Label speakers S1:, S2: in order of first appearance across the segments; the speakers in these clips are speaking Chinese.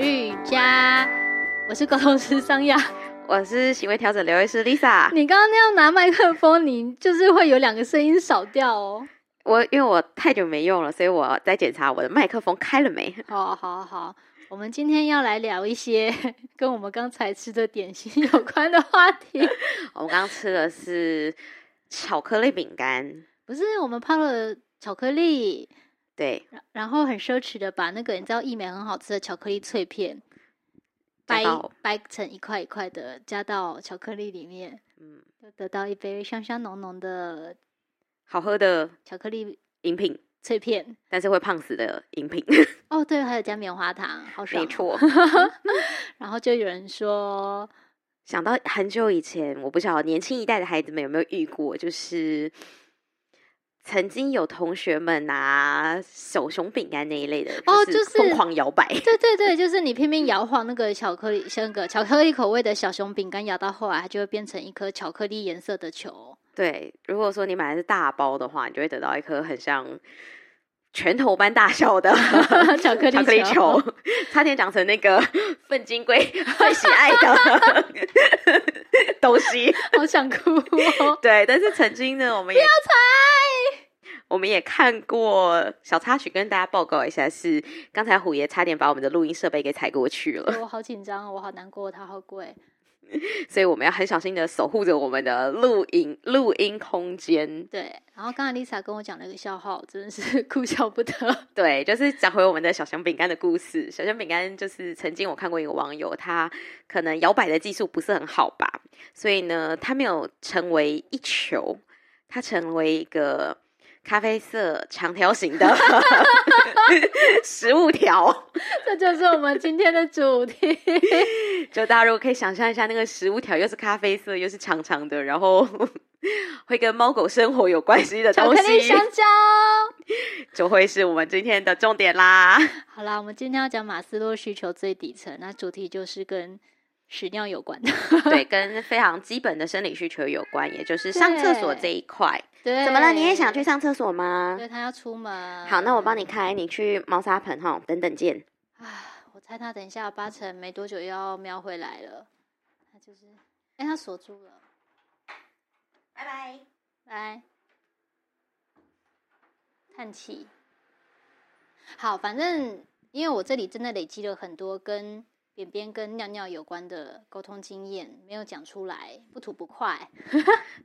S1: 瑜伽，我是沟通师桑雅。
S2: 我是行为调整疗愈师 Lisa。
S1: 你刚刚那样拿麦克风，你就是会有两个声音少掉哦。
S2: 我因为我太久没用了，所以我在检查我的麦克风开了没。
S1: 好好好，我们今天要来聊一些 跟我们刚才吃的点心有关的话题。
S2: 我们刚刚吃的是巧克力饼干，
S1: 不是，我们泡了巧克力，
S2: 对，
S1: 然后很奢侈的把那个你知道益美很好吃的巧克力脆片
S2: 加
S1: 掰
S2: 到
S1: 掰成一块一块的，加到巧克力里面，
S2: 嗯，
S1: 就得到一杯香香浓浓的
S2: 好喝的
S1: 巧克力
S2: 饮品，
S1: 脆片。
S2: 但是会胖死的饮品，
S1: 哦，对，还有加棉花糖，好爽、啊
S2: 没。错。
S1: 然后就有人说，
S2: 想到很久以前，我不晓得年轻一代的孩子们有没有遇过，就是曾经有同学们拿手熊饼干那一类的，
S1: 哦就是
S2: 疯狂摇摆。
S1: 对对对，就是你偏偏摇晃那个巧克力，像那个巧克力口味的小熊饼干，摇到后来它就会变成一颗巧克力颜色的 球。
S2: 对，如果说你买的是大包的话，你就会得到一颗很像拳头般大小 的
S1: 巧克力
S2: 巧克力
S1: 球
S2: 球，差点讲成那 个粪金龟会喜爱 的东西。
S1: 好想哭哦！
S2: 对，但是曾经呢，我们也我们也看过小插曲，跟大家报告一下是，刚才虎爷差点把我们的录音设备给踩过去了，
S1: 我好紧张哦，我好难过，它好贵。
S2: 所以我们要很小心的守护着我们的录音录音空间。
S1: 对，然后刚才 Lisa 跟我讲了一个笑话，我真的是 哭笑不得。
S2: 对，就是讲回我们的小熊饼干的故事。小熊饼干就是曾经我看过一个网友，他可能摇摆的技术不是很好吧，所以呢，他没有成为一球，他成为一个咖啡色长条形的 食物条。
S1: 这就是我们今天的主 题。
S2: 就大家如果可以想象一下，那个食物条又是咖啡色，又是长长的，然后 会跟猫狗生活有关系的
S1: 巧
S2: 东
S1: 克力
S2: 西
S1: 香，蕉。
S2: 就会是我们今天的重点啦。
S1: 好啦，我们今天要讲马斯洛需求最底层，那主题就是跟屎尿有关的。
S2: 对，跟非常基本的生理需求有关，也就是上厕所这一块。
S1: 对，
S2: 怎么了？你也想去？上厕所吗？
S1: 对他要出门。
S2: 好，那我帮你开，你去猫砂盆哈，等等见。
S1: 啊，我猜他等一下八成没多久要瞄回来了，他就是，哎、他锁住了，
S2: 拜拜。
S1: 来，叹气。好，反正因为我这里真的累积了很多跟便便跟尿尿有关的沟通经验，没有讲出来，不吐不快。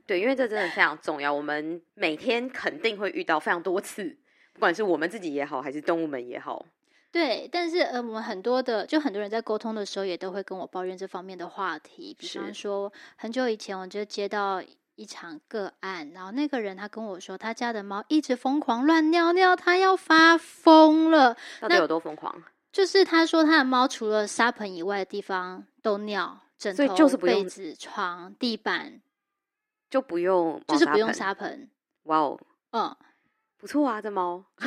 S2: 对，因为这真的非常重要，我们每天肯定会遇到非常多次，不管是我们自己也好，还是动物们也好。
S1: 对，但是呃，我们很多的，就很多人在沟通的时候，也都会跟我抱怨这方面的话题。比
S2: 是
S1: 方说，很久以前我就接到一场个案，然后那个人他跟我说，他家的猫一直疯狂乱尿尿，他要发疯了。
S2: 到底
S1: 那
S2: 有多疯狂？
S1: 就是他说他的猫除了沙盆以外的地方都尿，枕
S2: 所以
S1: 头、
S2: 就是不
S1: 被
S2: 用
S1: 子、床、地板，
S2: 就不用，
S1: 就是不用。沙盆。
S2: 哇哦，
S1: 嗯，
S2: 不错啊，这 猫，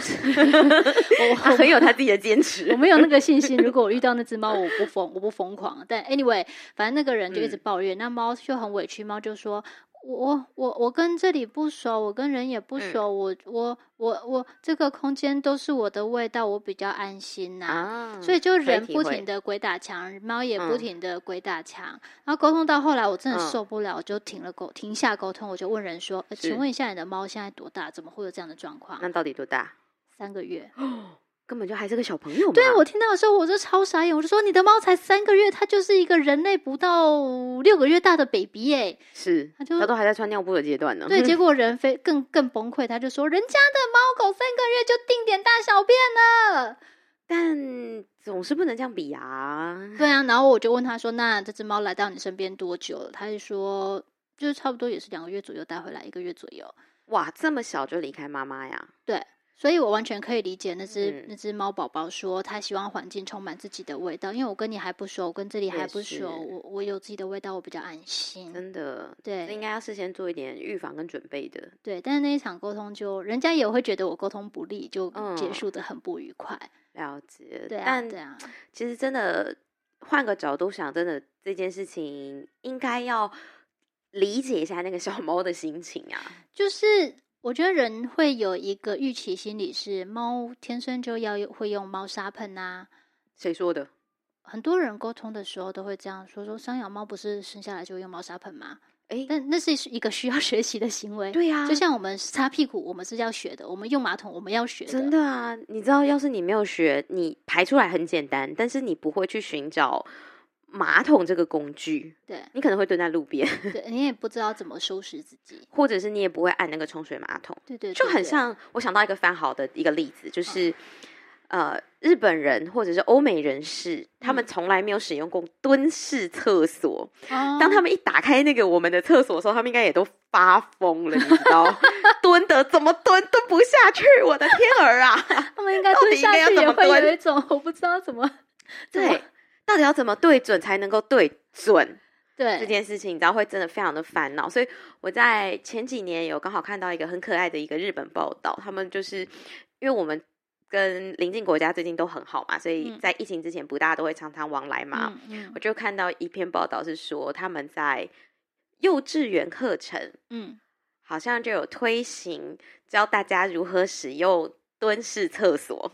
S1: 我
S2: 它很有它自己的坚持
S1: 我。没有那个信心。如果我遇到那只猫，我不疯，我不疯狂。但 anyway，反正那个人就一直
S2: 嗯
S1: 抱怨，那猫就很委屈。猫就说：“我我我跟这里不熟，我跟人也不
S2: 嗯
S1: 熟，我我我我这个空间都是我的味道，我比较安心呐、
S2: 啊
S1: 所以就
S2: 可以
S1: 人
S2: 体
S1: 不
S2: 会
S1: 停的鬼打墙，猫也不
S2: 嗯
S1: 停的鬼打墙，然后沟通到后来，我真的
S2: 嗯
S1: 受不了，我就停了沟，停下沟通，我就问人说：“呃、请
S2: 是嗯
S1: 问一下，你的猫现在多大？怎么会有这样的状况
S2: 那？”到底多大？
S1: 三个月。
S2: 根本就还是个小朋友嘛。
S1: 对啊我听到的时候，我就超傻眼，我就说你的猫才三个月，它就是一个人类不到六个月大的 baby 哎、
S2: 是，
S1: 它就
S2: 它都还在穿尿布的阶段呢。
S1: 对，结果人非更更崩溃，他就说人家的猫狗三个月就定点大小便了。
S2: 但总是不能这样比啊。
S1: 对啊，然后我就问他说，那这只猫来到你身边多久了？他就说就是差不多也是两个月左右带回来，一个月左右。
S2: 哇，这么小就离开妈妈呀？
S1: 所以我完全可以理解那只、
S2: 嗯
S1: 那只猫宝宝说，它希望环境充满自己的味道，因为我跟你还不熟，我跟这里还
S2: 也
S1: 不
S2: 是
S1: 熟，我我有自己的味道，我比较安心。
S2: 真的，
S1: 对，
S2: 这应该要事先做一点预防跟准备的。
S1: 对，但是那一场沟通就，人家也会觉得我沟通不力，就结
S2: 嗯
S1: 束的很不愉快。
S2: 了解，
S1: 对啊，
S2: 但
S1: 对啊，
S2: 其实真的换个角度想，真的这件事情应该要理解一下那个小猫的心情啊。
S1: 就是我觉得人会有一个预期心理是，猫天生就要有会用猫砂盆啊，
S2: 谁说的？
S1: 很多人沟通的时候都会这样说：说山羊猫不是生下来就用猫砂盆吗？
S2: 哎
S1: 但那是一个需要 学习的行为。
S2: 对啊呀、
S1: 就像我们擦屁股，我们是要学的；我们用马桶，我们要学的。
S2: 真的啊，你知道，要是你没有学，你排出来很简单，但是你不会去寻找马桶这个工具，
S1: 对
S2: 你可能会蹲在路边，
S1: 对，你也不知道怎么收拾自己。
S2: 或者是你也不会按那个冲水马桶。
S1: 对对
S2: 就
S1: 对嗯
S2: 很
S1: 对哦
S2: 像我想到一个翻好的一个例子，就是、呃，日本人或者是欧美人士，他们
S1: 嗯
S2: 从来没有使用过蹲式厕所。
S1: 哦
S2: 当他们一打开那个我们的厕所的时候，他们应该也都发疯了，你知道？ 蹲的怎么蹲蹲不下去，我的天儿啊！
S1: 他们应该
S2: 到底
S1: 蹲
S2: 应
S1: 下
S2: 该要
S1: 去
S2: 怎
S1: 也
S2: 么
S1: 会有
S2: 蹲
S1: 一种我不知道怎么怎么
S2: 对，到底要怎么对准才能够对准？这
S1: 对
S2: 件事情，你知道会真的非常的烦恼。所以我在前几年有刚好看到一个很可爱的一个日本报道，他们就是因为我们跟邻近国家最近都很好嘛，所以
S1: 嗯
S2: 在疫情之前不大家都会常常往来嘛。
S1: 嗯嗯
S2: 我就看到一篇报道是说他们在幼稚园课程
S1: 嗯，
S2: 好像就有推行教大家如何使用蹲式厕所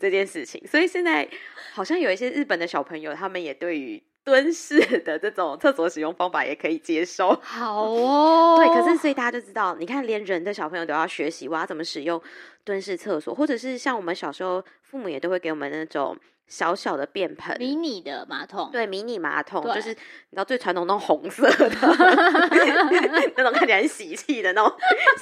S2: 这件事情，所以现在好像有一些日本的小朋友，他们也对于蹲式的这种厕所使用方法也可以接受。
S1: 好哦。
S2: 对，可是所以大家就知道，你看，连人的小朋友都要学习我要怎么使用蹲式厕所，或者是像我们小时候，父母也都会给我们那种小小的便盆，
S1: 迷你的马桶，
S2: 对，迷你马桶
S1: 对
S2: 就是你知道最传统那种红色的， 那种看起来很喜气的那种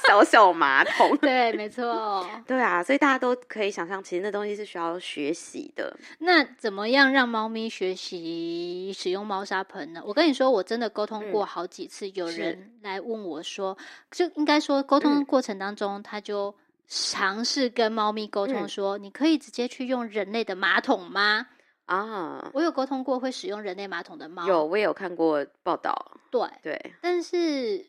S2: 小小马桶。
S1: 对，没错。
S2: 对啊，所以大家都可以想象，其实那东西是需要学习的。
S1: 那怎么样让猫咪学习使用猫砂盆呢？我跟你说，我真的沟通过好几次，有
S2: 嗯是
S1: 人来问我说，就应该说沟通
S2: 嗯
S1: 过程当中，他就尝试跟猫咪沟通
S2: 嗯
S1: 说，你可以直接去用人类的马桶吗？
S2: 啊，
S1: 我有沟通过会使用人类马桶的猫，
S2: 有我也有看过报道，
S1: 对，
S2: 对，
S1: 但是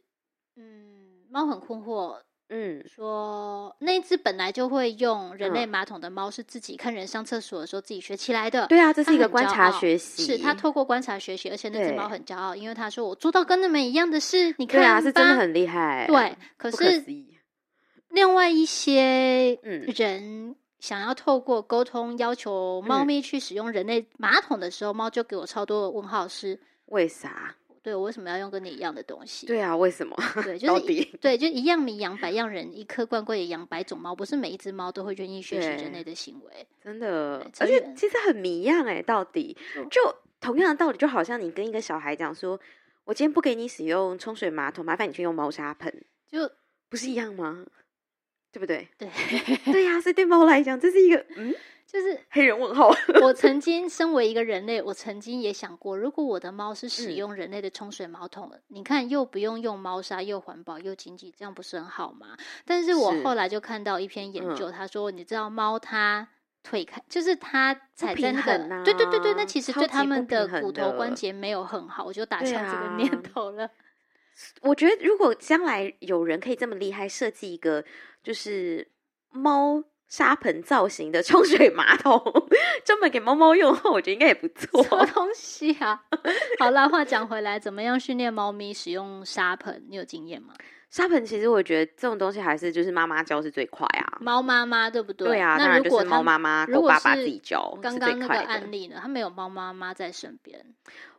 S1: 嗯，猫很困惑，
S2: 嗯，
S1: 说那一只本来就会用人类
S2: 嗯
S1: 马桶的猫是自己看人上厕所的时候自己学起来的，
S2: 对啊，这是
S1: 它
S2: 一个
S1: 很
S2: 观
S1: 骄
S2: 察
S1: 傲
S2: 学习，
S1: 是他透过观察学习，而且那只
S2: 对
S1: 猫很骄傲，因为他说我做到跟你们一样的事，你看
S2: 对啊，是真的
S1: 吧
S2: 很厉害，
S1: 对。可
S2: 不可
S1: 是
S2: 思议，
S1: 另外一些
S2: 嗯
S1: 人想要透过沟通要求猫
S2: 嗯
S1: 咪去使用人类马桶的时候，猫就给我超多的问号是，
S2: 为啥？
S1: 对我为什么要用跟你一样的东西？
S2: 对啊，为什么？
S1: 对，就
S2: 到
S1: 是一
S2: 底
S1: 对，就一样米养百样人，一颗罐罐也养百种猫，不是每一只猫都会愿意学习
S2: 对
S1: 人类的行为。
S2: 真的，
S1: 这
S2: 而
S1: 是
S2: 且其实很迷样哎、到底
S1: 嗯
S2: 就同样的道理，就好像你跟一个小孩讲说：“我今天不给你使用冲水马桶，麻烦你去用猫砂盆。
S1: 就”？
S2: 不是一样吗？对不 对
S1: 对，
S2: 对呀、所以对猫来讲，这是一个 嗯
S1: 就是
S2: 黑人问号。
S1: 我曾经身为一个人类，我曾经也想过，如果我的猫是使
S2: 嗯
S1: 用人类的冲水马桶，你看又不用用猫砂，又环保又经济，这样不是很好吗？但是我
S2: 是嗯
S1: 后来就看到一篇研究，他说，你知道猫它。腿开就是它踩在那
S2: 平衡
S1: 个，
S2: 啊
S1: 对对对对，那其实
S2: 超
S1: 对
S2: 级
S1: 它
S2: 不
S1: 们的
S2: 平衡
S1: 骨头
S2: 的
S1: 关节没有很好，我就打
S2: 对
S1: 消这个
S2: 啊
S1: 念头了。
S2: 我觉得如果将来有人可以这么厉害，设计一个就是猫砂盆造型的冲水马桶，专门给猫猫用的话，我觉得应该也不
S1: 什么
S2: 错。
S1: 东西啊？好啦，话讲回来，怎么样训练猫咪使用砂盆？你有经验吗？
S2: 砂盆其实我觉得这种东西还是就是妈妈教是最快啊。
S1: 猫妈妈对不对？
S2: 对啊，当
S1: 那
S2: 然
S1: 如
S2: 就
S1: 果
S2: 是猫
S1: 它
S2: 妈妈、
S1: 如
S2: 狗
S1: 果
S2: 爸爸
S1: 是
S2: 自己教，
S1: 刚
S2: 是
S1: 刚
S2: 最
S1: 那个
S2: 快
S1: 案
S2: 的。
S1: 例呢，它没有猫妈妈在身边，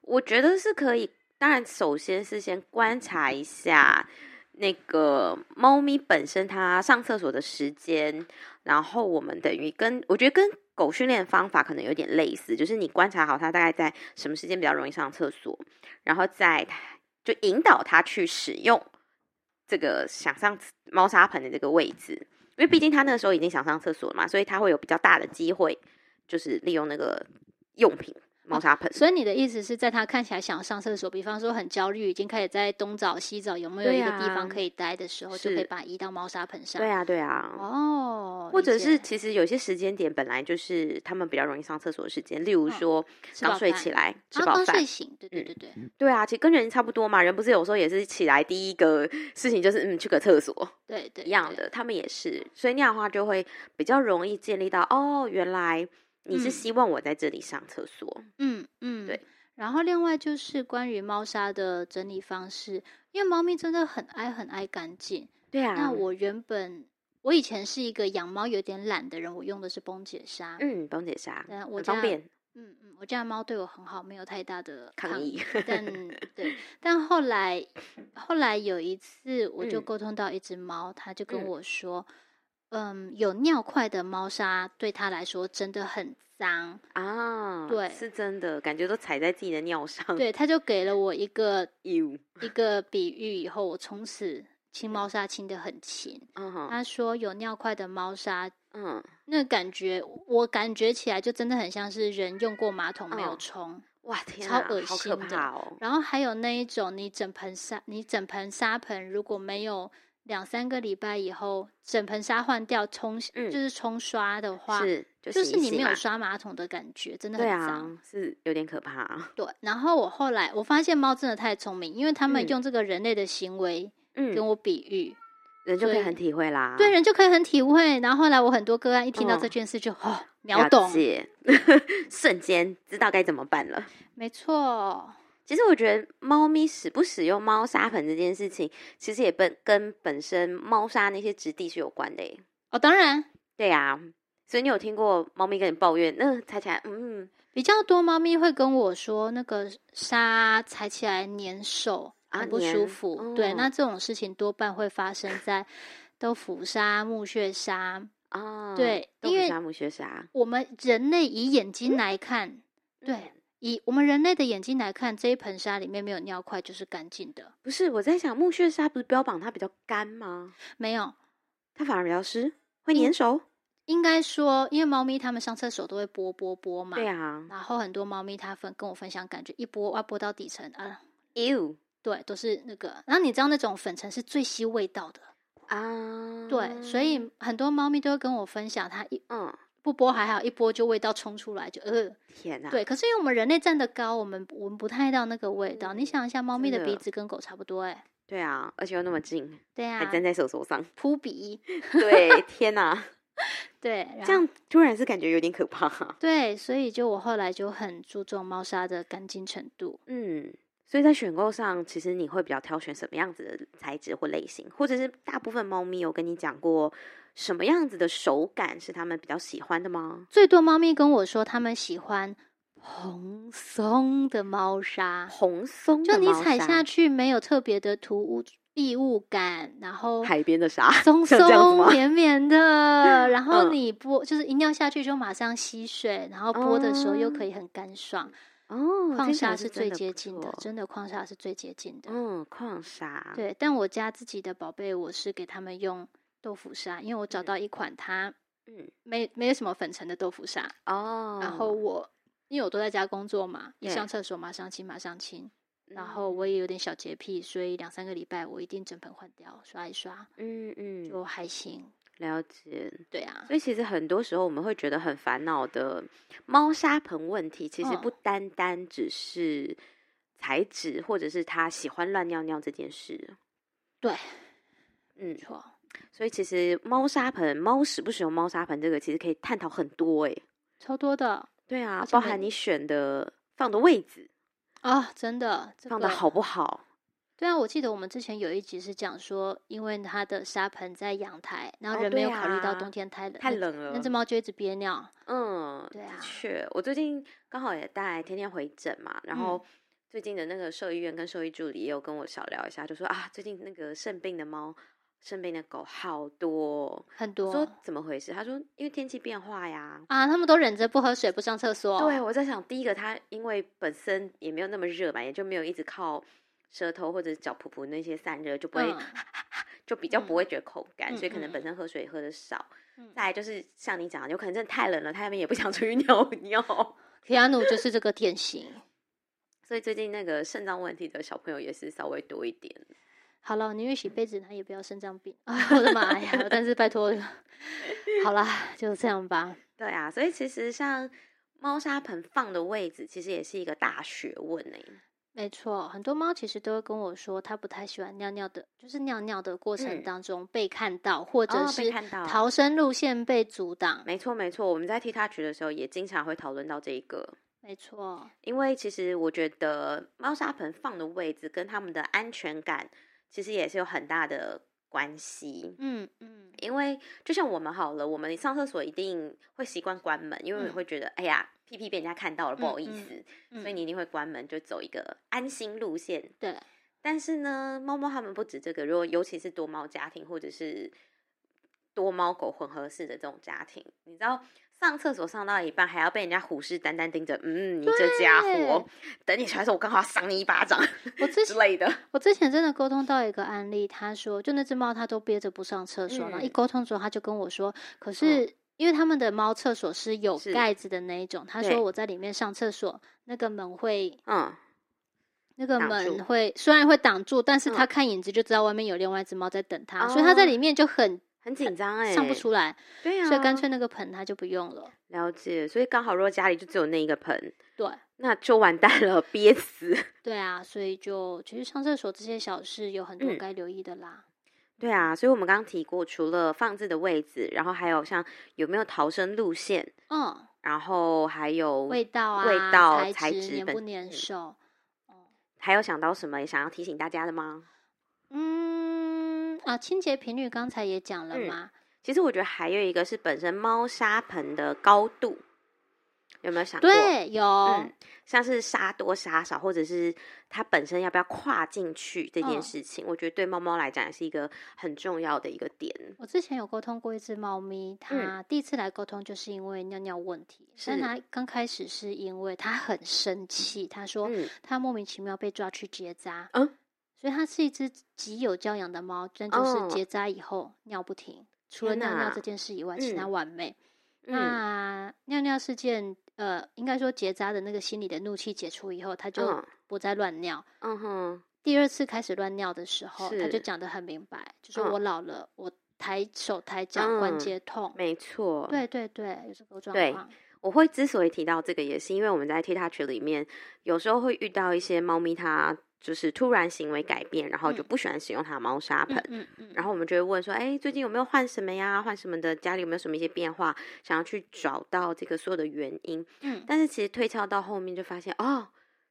S2: 我觉得是可以，当然首先是先观察一下那个猫咪本身它上厕所的时间，然后我们等于跟我觉得跟狗训练方法可能有点类似，就是你观察好它大概在什么时间比较容易上厕所，然后再就引导它去使用这个想上猫砂盆的这个位置，因为毕竟它那个时候已经想上厕所了嘛，所以它会有比较大的机会，就是利用那个用品猫砂盆。
S1: 所以你的意思是在它看起来想上厕所，比方说很焦虑，已经开始在东找西找，有没有一
S2: 对
S1: 个
S2: 啊
S1: 地方可以待的时候，就可以
S2: 是
S1: 把它移到猫砂盆上。
S2: 对啊，对啊。
S1: 哦，
S2: 或者
S1: 理解
S2: 是其实有些时间点本来就是他们比较容易上厕所的时间，例如
S1: 嗯
S2: 说
S1: 吃饱
S2: 刚睡
S1: 饭
S2: 起来吃
S1: 啊
S2: 饱
S1: 刚
S2: 饭
S1: 睡，醒，对对对对，
S2: 对啊，其实跟人差不多嘛，人不是有时候也是起来第一个事情就是嗯去个厕所
S1: 对对
S2: 一样，的，他们也是，所以那样的话就会比较容易建立到哦，原来你是
S1: 嗯
S2: 希望我在这里上厕所，
S1: 嗯嗯，
S2: 对。
S1: 然后另外就是关于猫砂的整理方式，因为猫咪真的很爱很爱干净。
S2: 对啊，
S1: 那我原本我以前是一个养猫有点懒的人，我用的是崩解砂。
S2: 嗯，帮姐莎
S1: 对啊我
S2: 很
S1: 家
S2: 方便，
S1: 嗯嗯，我家的猫对我很好，没有太大的
S2: 抗议。
S1: 但对，但后来后来有一次，我就
S2: 嗯
S1: 沟通到一只猫，它就跟
S2: 嗯
S1: 我说，嗯，有尿块的猫砂对它来说真的很脏。
S2: 啊，
S1: 对
S2: 是真的，感觉都踩在自己的尿上。
S1: 对，它就给了我一个
S2: ，you，
S1: 一个比喻，以后我从此清猫砂清的很勤。
S2: 嗯哼
S1: 他说有尿块的猫砂，
S2: 嗯，
S1: 那感觉我感觉起来就真的很像是人用过马桶没有
S2: 嗯
S1: 冲，
S2: 哇天
S1: 超
S2: 啊
S1: 恶，
S2: 好
S1: 心
S2: 可
S1: 的
S2: 怕哦。
S1: 然后还有那一种你整盆沙，你整盆沙盆如果没有两三个礼拜以后，整盆沙换掉冲，
S2: 嗯
S1: 就是冲刷的话，
S2: 是，就
S1: 就
S2: 洗
S1: 是
S2: 一
S1: 你
S2: 洗
S1: 没
S2: 嘛
S1: 有刷马桶的感觉，真的很
S2: 对
S1: 脏。
S2: 啊，是有点可怕、啊。
S1: 对，然后我后来我发现猫真的太聪明，因为他们
S2: 嗯
S1: 用这个人类的行为
S2: 嗯，
S1: 跟我比喻，
S2: 人就可以
S1: 所以
S2: 很体会啦。
S1: 对人就可以很体会。然后后来我很多个案一听到
S2: 嗯
S1: 这件事就哦秒
S2: 了
S1: 懂，
S2: 解，瞬间知道该怎么办了。
S1: 没错，
S2: 其实我觉得猫咪使不使用猫砂盆这件事情，其实也本跟本身猫砂那些质地是有关的耶。
S1: 哦，当然
S2: 对啊，所以你有听过猫咪跟你抱怨，那、踩起来，嗯
S1: 比较多猫咪会跟我说，那个沙踩起来粘手，
S2: 啊
S1: 很不舒
S2: 粘
S1: 服。
S2: 哦
S1: 对，那这种事情多半会发生在豆腐沙、木屑沙。
S2: 啊，
S1: 对
S2: 豆
S1: 因
S2: 腐
S1: 为
S2: 沙、母雪沙，
S1: 我们人类以眼睛来看，对
S2: 嗯，
S1: 以我们人类的眼睛来看，这一盆沙里面没有尿块就是干净的，
S2: 不是我在想，木屑沙不是标榜它比较干吗？
S1: 没有。
S2: 它反而比较湿，会
S1: 因
S2: 粘手。
S1: 应该说，因为猫咪它们上厕所都会拨拨拨嘛，
S2: 对啊
S1: 然后很多猫咪它分跟我分享，感觉一拨哇拨到底层啊，
S2: ，you
S1: 对，都是那个。然后你知道那种粉尘是最吸味道的，
S2: 啊，
S1: 对，所以很多猫咪都会跟我分享，它一
S2: 嗯，
S1: 不拨还好，一拨就味道冲出来，就呃，
S2: 天哪、
S1: 对。可是因为我们人类站得高，我们闻不太到那个味道。你想一下，猫咪
S2: 真
S1: 的
S2: 的
S1: 鼻子跟狗差不多、欸，哎，
S2: 对啊，而且又那么近，
S1: 对啊
S2: 还，粘在手手 上，
S1: 扑鼻，
S2: 对，天哪、
S1: 对，啊然
S2: 这
S1: 后
S2: 样突然是感觉有点可怕、
S1: 对，所以就我后来就很注重猫砂的干净程度。
S2: 嗯，所以在选购上，其实你会比较挑选什么样子的材质或类型，或者是大部分猫咪有跟你讲过什么样子的手感是他们比较喜欢的吗？
S1: 最多猫咪跟我说，它们喜欢蓬松的猫砂，
S2: 红松
S1: 就
S2: 的
S1: 你
S2: 猫
S1: 踩
S2: 砂
S1: 下去没有特别的突兀异物感，然后
S2: 海边的 沙，
S1: 松
S2: 像这样子
S1: 松
S2: 吗
S1: 绵绵的，然后
S2: 嗯
S1: 你拨、就是一尿下去就马上吸水，然后拨的时候又可以很干爽。
S2: 哦，
S1: 矿
S2: 听起来
S1: 砂
S2: 是
S1: 是最
S2: 真的
S1: 接
S2: 不
S1: 近的，
S2: 错
S1: 真的矿砂是最接近的。
S2: 嗯，矿砂，，
S1: 对，但我家自己的宝贝，我是给他们用豆腐砂，因为我找到一款它
S2: 嗯，
S1: 没没有什么粉尘的豆腐砂，
S2: 哦，
S1: 然后我。因为我都在家工作嘛，一
S2: 对
S1: 上厕所马上清，马上清。然
S2: 嗯
S1: 后，我也有点小洁癖，所以两三个礼拜我一定整盆换掉，刷一刷
S2: 嗯嗯，
S1: 就还行。
S2: 了解，
S1: 对啊，
S2: 所以其实很多时候我们会觉得很烦恼的猫砂盆问题，其实
S1: 嗯
S2: 不单单只是材质或者是它喜欢乱尿尿这件事。
S1: 对，
S2: 嗯
S1: 没，错。
S2: 所以其实猫砂盆、猫使不使用猫砂盆这个，其实可以探讨很多诶、
S1: 超多的
S2: 对啊
S1: 而，且
S2: 包
S1: 每
S2: 含你选的放的位置，
S1: 啊、真的，这
S2: 放
S1: 个
S2: 的好不好？
S1: 对啊，我记得我们之前有一集是讲说，因为它的沙盆在阳台，然后
S2: 哦
S1: 人没
S2: 对
S1: 有考虑到
S2: 啊
S1: 冬天太冷，
S2: 太
S1: 那
S2: 冷了，
S1: 那只猫就一直憋尿。
S2: 嗯，
S1: 对
S2: 的
S1: 啊
S2: 确，我最近刚好也带天天回诊嘛，然后
S1: 嗯
S2: 最近的那个兽医院跟兽医助理也有跟我小聊一下，就说啊，最近那个肾病的猫、肾病的狗好多哦，
S1: 很
S2: 我说
S1: 多
S2: 怎么回事？他说因为天气变化呀。
S1: 啊，他们都忍着不喝水、不上厕所。
S2: 对，，我在想，第一个它因为本身也没有那么热嘛，也就没有一直靠舌头或者脚噗噗那些散热，就不会、
S1: 嗯
S2: 就比较
S1: 嗯
S2: 不会觉得口干，
S1: 嗯
S2: 所以可能
S1: 嗯
S2: 本身喝水也喝的少。
S1: 嗯
S2: 再来就是像你讲的，有可能真的太冷了，它们也不想出去 尿 尿。
S1: 提亚努就是这个典型。
S2: 所以最近那个肾脏问题的小朋友也是稍微多一点。
S1: 好了，我宁愿洗被子，它也不要肾脏病 啊！我的妈呀！但是拜托， 好啦，就这样吧。
S2: 对啊，所以其实像猫砂盆放的位置，其实也是一个大学问欸呢、
S1: 没错，很多猫其实都会跟我说，它不太喜欢尿尿的，就是尿尿的过程
S2: 嗯
S1: 当中被看到，或者
S2: 哦被
S1: 是
S2: 看到
S1: 逃生路线被阻挡。
S2: 没错，没错，我们在踢踏曲的时候也经常会讨论到这一个，
S1: 没错，
S2: 因为其实我觉得猫砂盆放的位置跟它们的安全感，其实也是有很大的关系。
S1: 嗯嗯，
S2: 因为就像我们好了，我们上厕所一定会习惯关门，因为我们
S1: 嗯
S2: 会觉得，哎呀，屁屁被人家看到了，不好意思，
S1: 嗯
S2: 所以你一定会关门，就走一个安心路线。
S1: 对，
S2: 但是呢，猫猫它们不止这个，如果尤其是多猫家庭或者是多猫狗混合式的这种家庭，你知道上厕所上到一半还要被人家虎视眈眈盯着，嗯，你这家伙，等你起来的时候我刚好要赏你一 巴掌
S1: 我之
S2: 之
S1: 前
S2: 类的。
S1: 我之前真的沟通到一个案例，他说就那只猫它都憋着不上厕所，然后一
S2: 嗯
S1: 沟通之后他就跟我说，可是。因为他们的猫厕所是有
S2: 是
S1: 盖子的那一种，他
S2: 对
S1: 说我在里面上厕所，那个门会
S2: 嗯，
S1: 那个
S2: 挡住
S1: 门会虽然会挡住，但是
S2: 嗯
S1: 他看影子就知道外面有另外一只猫在等他，所以他在
S2: 哦
S1: 里面就很
S2: 很紧张哎，
S1: 上不，出来，
S2: 对啊，
S1: 所以干脆那个盆他就不用了。
S2: 了解。所以刚好如果家里就只有那一个盆，
S1: 对
S2: 那就完蛋了，憋死。
S1: 对啊，所以就其实上厕所这些小事有很多
S2: 嗯
S1: 该留意的啦。
S2: 对啊，所以我们刚刚提过，除了放置的位置，然后还有像有没有逃生路线，
S1: 嗯，
S2: 然后还有
S1: 味道啊，
S2: 味道材
S1: 材质
S2: 质
S1: 粘
S2: 本嗯
S1: 不粘手，
S2: 还有想到什么想要提醒大家的吗？
S1: 嗯啊，清洁频率刚才也讲了
S2: 嗯
S1: 嘛，
S2: 其实我觉得还有一个是本身猫砂盆的高度，有没有想过？
S1: 对，哦有、
S2: 嗯，像是沙多沙少，或者是它本身要不要跨进去这件
S1: 嗯
S2: 事情，我觉得对猫猫来讲也是一个很重要的一个点。
S1: 我之前有沟通过一只猫咪，它第一次来沟通就是因为尿尿问题，但
S2: 嗯是
S1: 它刚开始是因为它很生气，它说
S2: 嗯，
S1: 它莫名其妙被抓去结扎，
S2: 嗯
S1: 所以它是一只极有教养的猫，但就是
S2: 哦
S1: 结扎以后尿不停，除了
S2: 天
S1: 尿尿
S2: 哪
S1: 这件事以外，其
S2: 嗯
S1: 他完美。
S2: 嗯
S1: 那尿尿事件，呃，应该说结扎的那个心里的怒气解除以后，它就
S2: 嗯
S1: 不再乱尿。
S2: 嗯哼，
S1: 第二次开始乱尿的时候，他就是讲得很明白，就说
S2: 嗯
S1: 我老了，我抬手抬脚，关
S2: 嗯
S1: 节痛。
S2: 没错，
S1: 对对对，有这个状
S2: 对
S1: 况。嗯
S2: 我会之所以提到这个，也是因为我们在 t i t a c h 里面，有时候会遇到一些猫咪，它就是突然行为改变，然后就
S1: 嗯
S2: 不喜欢使用它的猫砂盆。
S1: 嗯嗯嗯，
S2: 然后我们就会问说，哎，最近有没有换什么呀？换什么的？家里有没有什么一些变化？想要去找到这个所有的原因。
S1: 嗯
S2: 但是其实推敲到后面就发现，哦，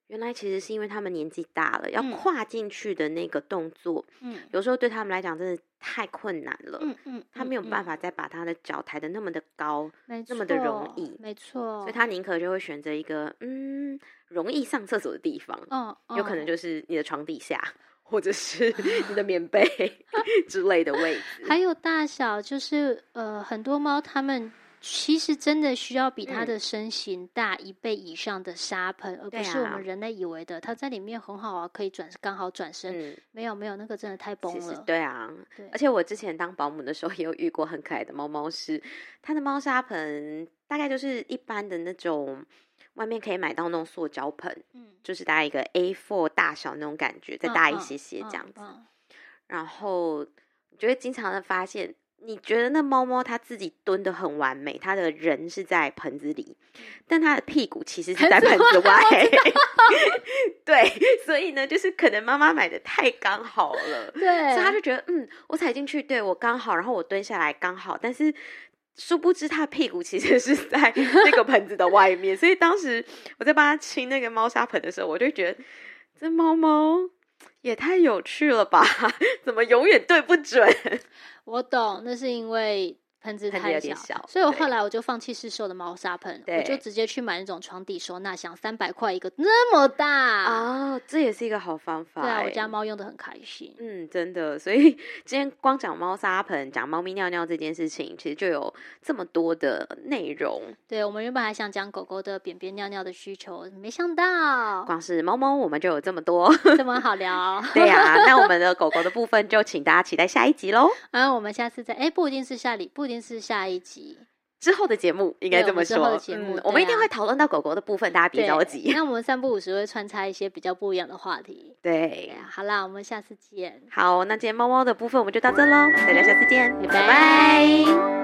S2: 原来其实是因为他们年纪大了，要
S1: 嗯
S2: 跨进去的那个动作，
S1: 嗯
S2: 有时候对他们来讲真的太困难了。
S1: 嗯嗯，
S2: 他没有办
S1: 法
S2: 法再把他的脚抬得那么的高，
S1: 那
S2: 那么的容易
S1: 没错。
S2: 所以他宁可就会选择一个嗯容易上厕所的地方，
S1: 嗯，
S2: 有可能
S1: 嗯
S2: 就是你的床底下，或者是 你的棉 被之类的位置。
S1: 还有大小，就是呃，很多猫它们。其实真的需要比它
S2: 嗯
S1: 的身形大一倍以上的沙盆，而
S2: 对
S1: 不是我
S2: 啊
S1: 们人类以为的，它在里面很好啊，可以转刚好转身。
S2: 嗯，
S1: 没有没有，那个真的太崩
S2: 其实
S1: 了。
S2: 对啊，
S1: 对
S2: 而且我之前当保姆的时候也有遇过很可爱的猫猫，是它的猫砂盆大概就是一般的那种，外面可以买到那种塑胶盆，
S1: 嗯，
S2: 就是大概一个 A4 大小那种感觉，再大一些些
S1: 嗯
S2: 这样子。
S1: 嗯嗯
S2: 然后你就会经常的发现，你觉得那猫猫它自己蹲的很完美，它的人是在盆子里，
S1: 嗯
S2: 但它的屁股其实是在盆子外。 对，所以呢，就是可能妈妈买的太刚好了，
S1: 对，
S2: 所以他就觉得，嗯，我踩进去，对我刚好，然后我蹲下来刚好，但是。殊不知，他的屁股其实是 在那个盆子的外面，所以当时我在帮他清那个猫砂盆的时候，我就觉得这猫猫也太有趣了吧？ 怎么永远对不准？
S1: 我懂，那是因为盆子
S2: 盆子
S1: 太
S2: 有点小
S1: 所以我
S2: 对
S1: 后来我就放弃市售的猫砂盆，我
S2: 对
S1: 就直接去买那种床底收纳箱，三百块一个，那么大。
S2: 哦，这也是一个好方法
S1: 对啊，我
S2: 欸
S1: 家猫用的很开心。
S2: 嗯，真的，所以今天光讲猫砂盆、讲猫咪尿尿这件事情，其实就有这么多的内容。
S1: 对我们原本还想讲狗狗的便便尿尿的需求，没想 到
S2: 光是猫猫，我们就有这么多。
S1: 这么好聊。
S2: 对 呀、那我们的狗狗的部分就请大家期待下一集喽。
S1: 然后我们下次再，哎，不一定是下里，不一定是下一集，
S2: 之后的节目应该
S1: 对
S2: 这么
S1: 我们之后
S2: 说嗯
S1: 的，节目对啊
S2: 我们一定会讨论到狗狗的部分，大家 别
S1: 对
S2: 着急。
S1: 那我们三不五时会穿插一些比较不一样的话题。对
S2: 对，
S1: 啊，好啦，我们下次见，
S2: 好，那今天猫猫的部分我们就到这喽，大家下次见，
S1: 拜
S2: 拜拜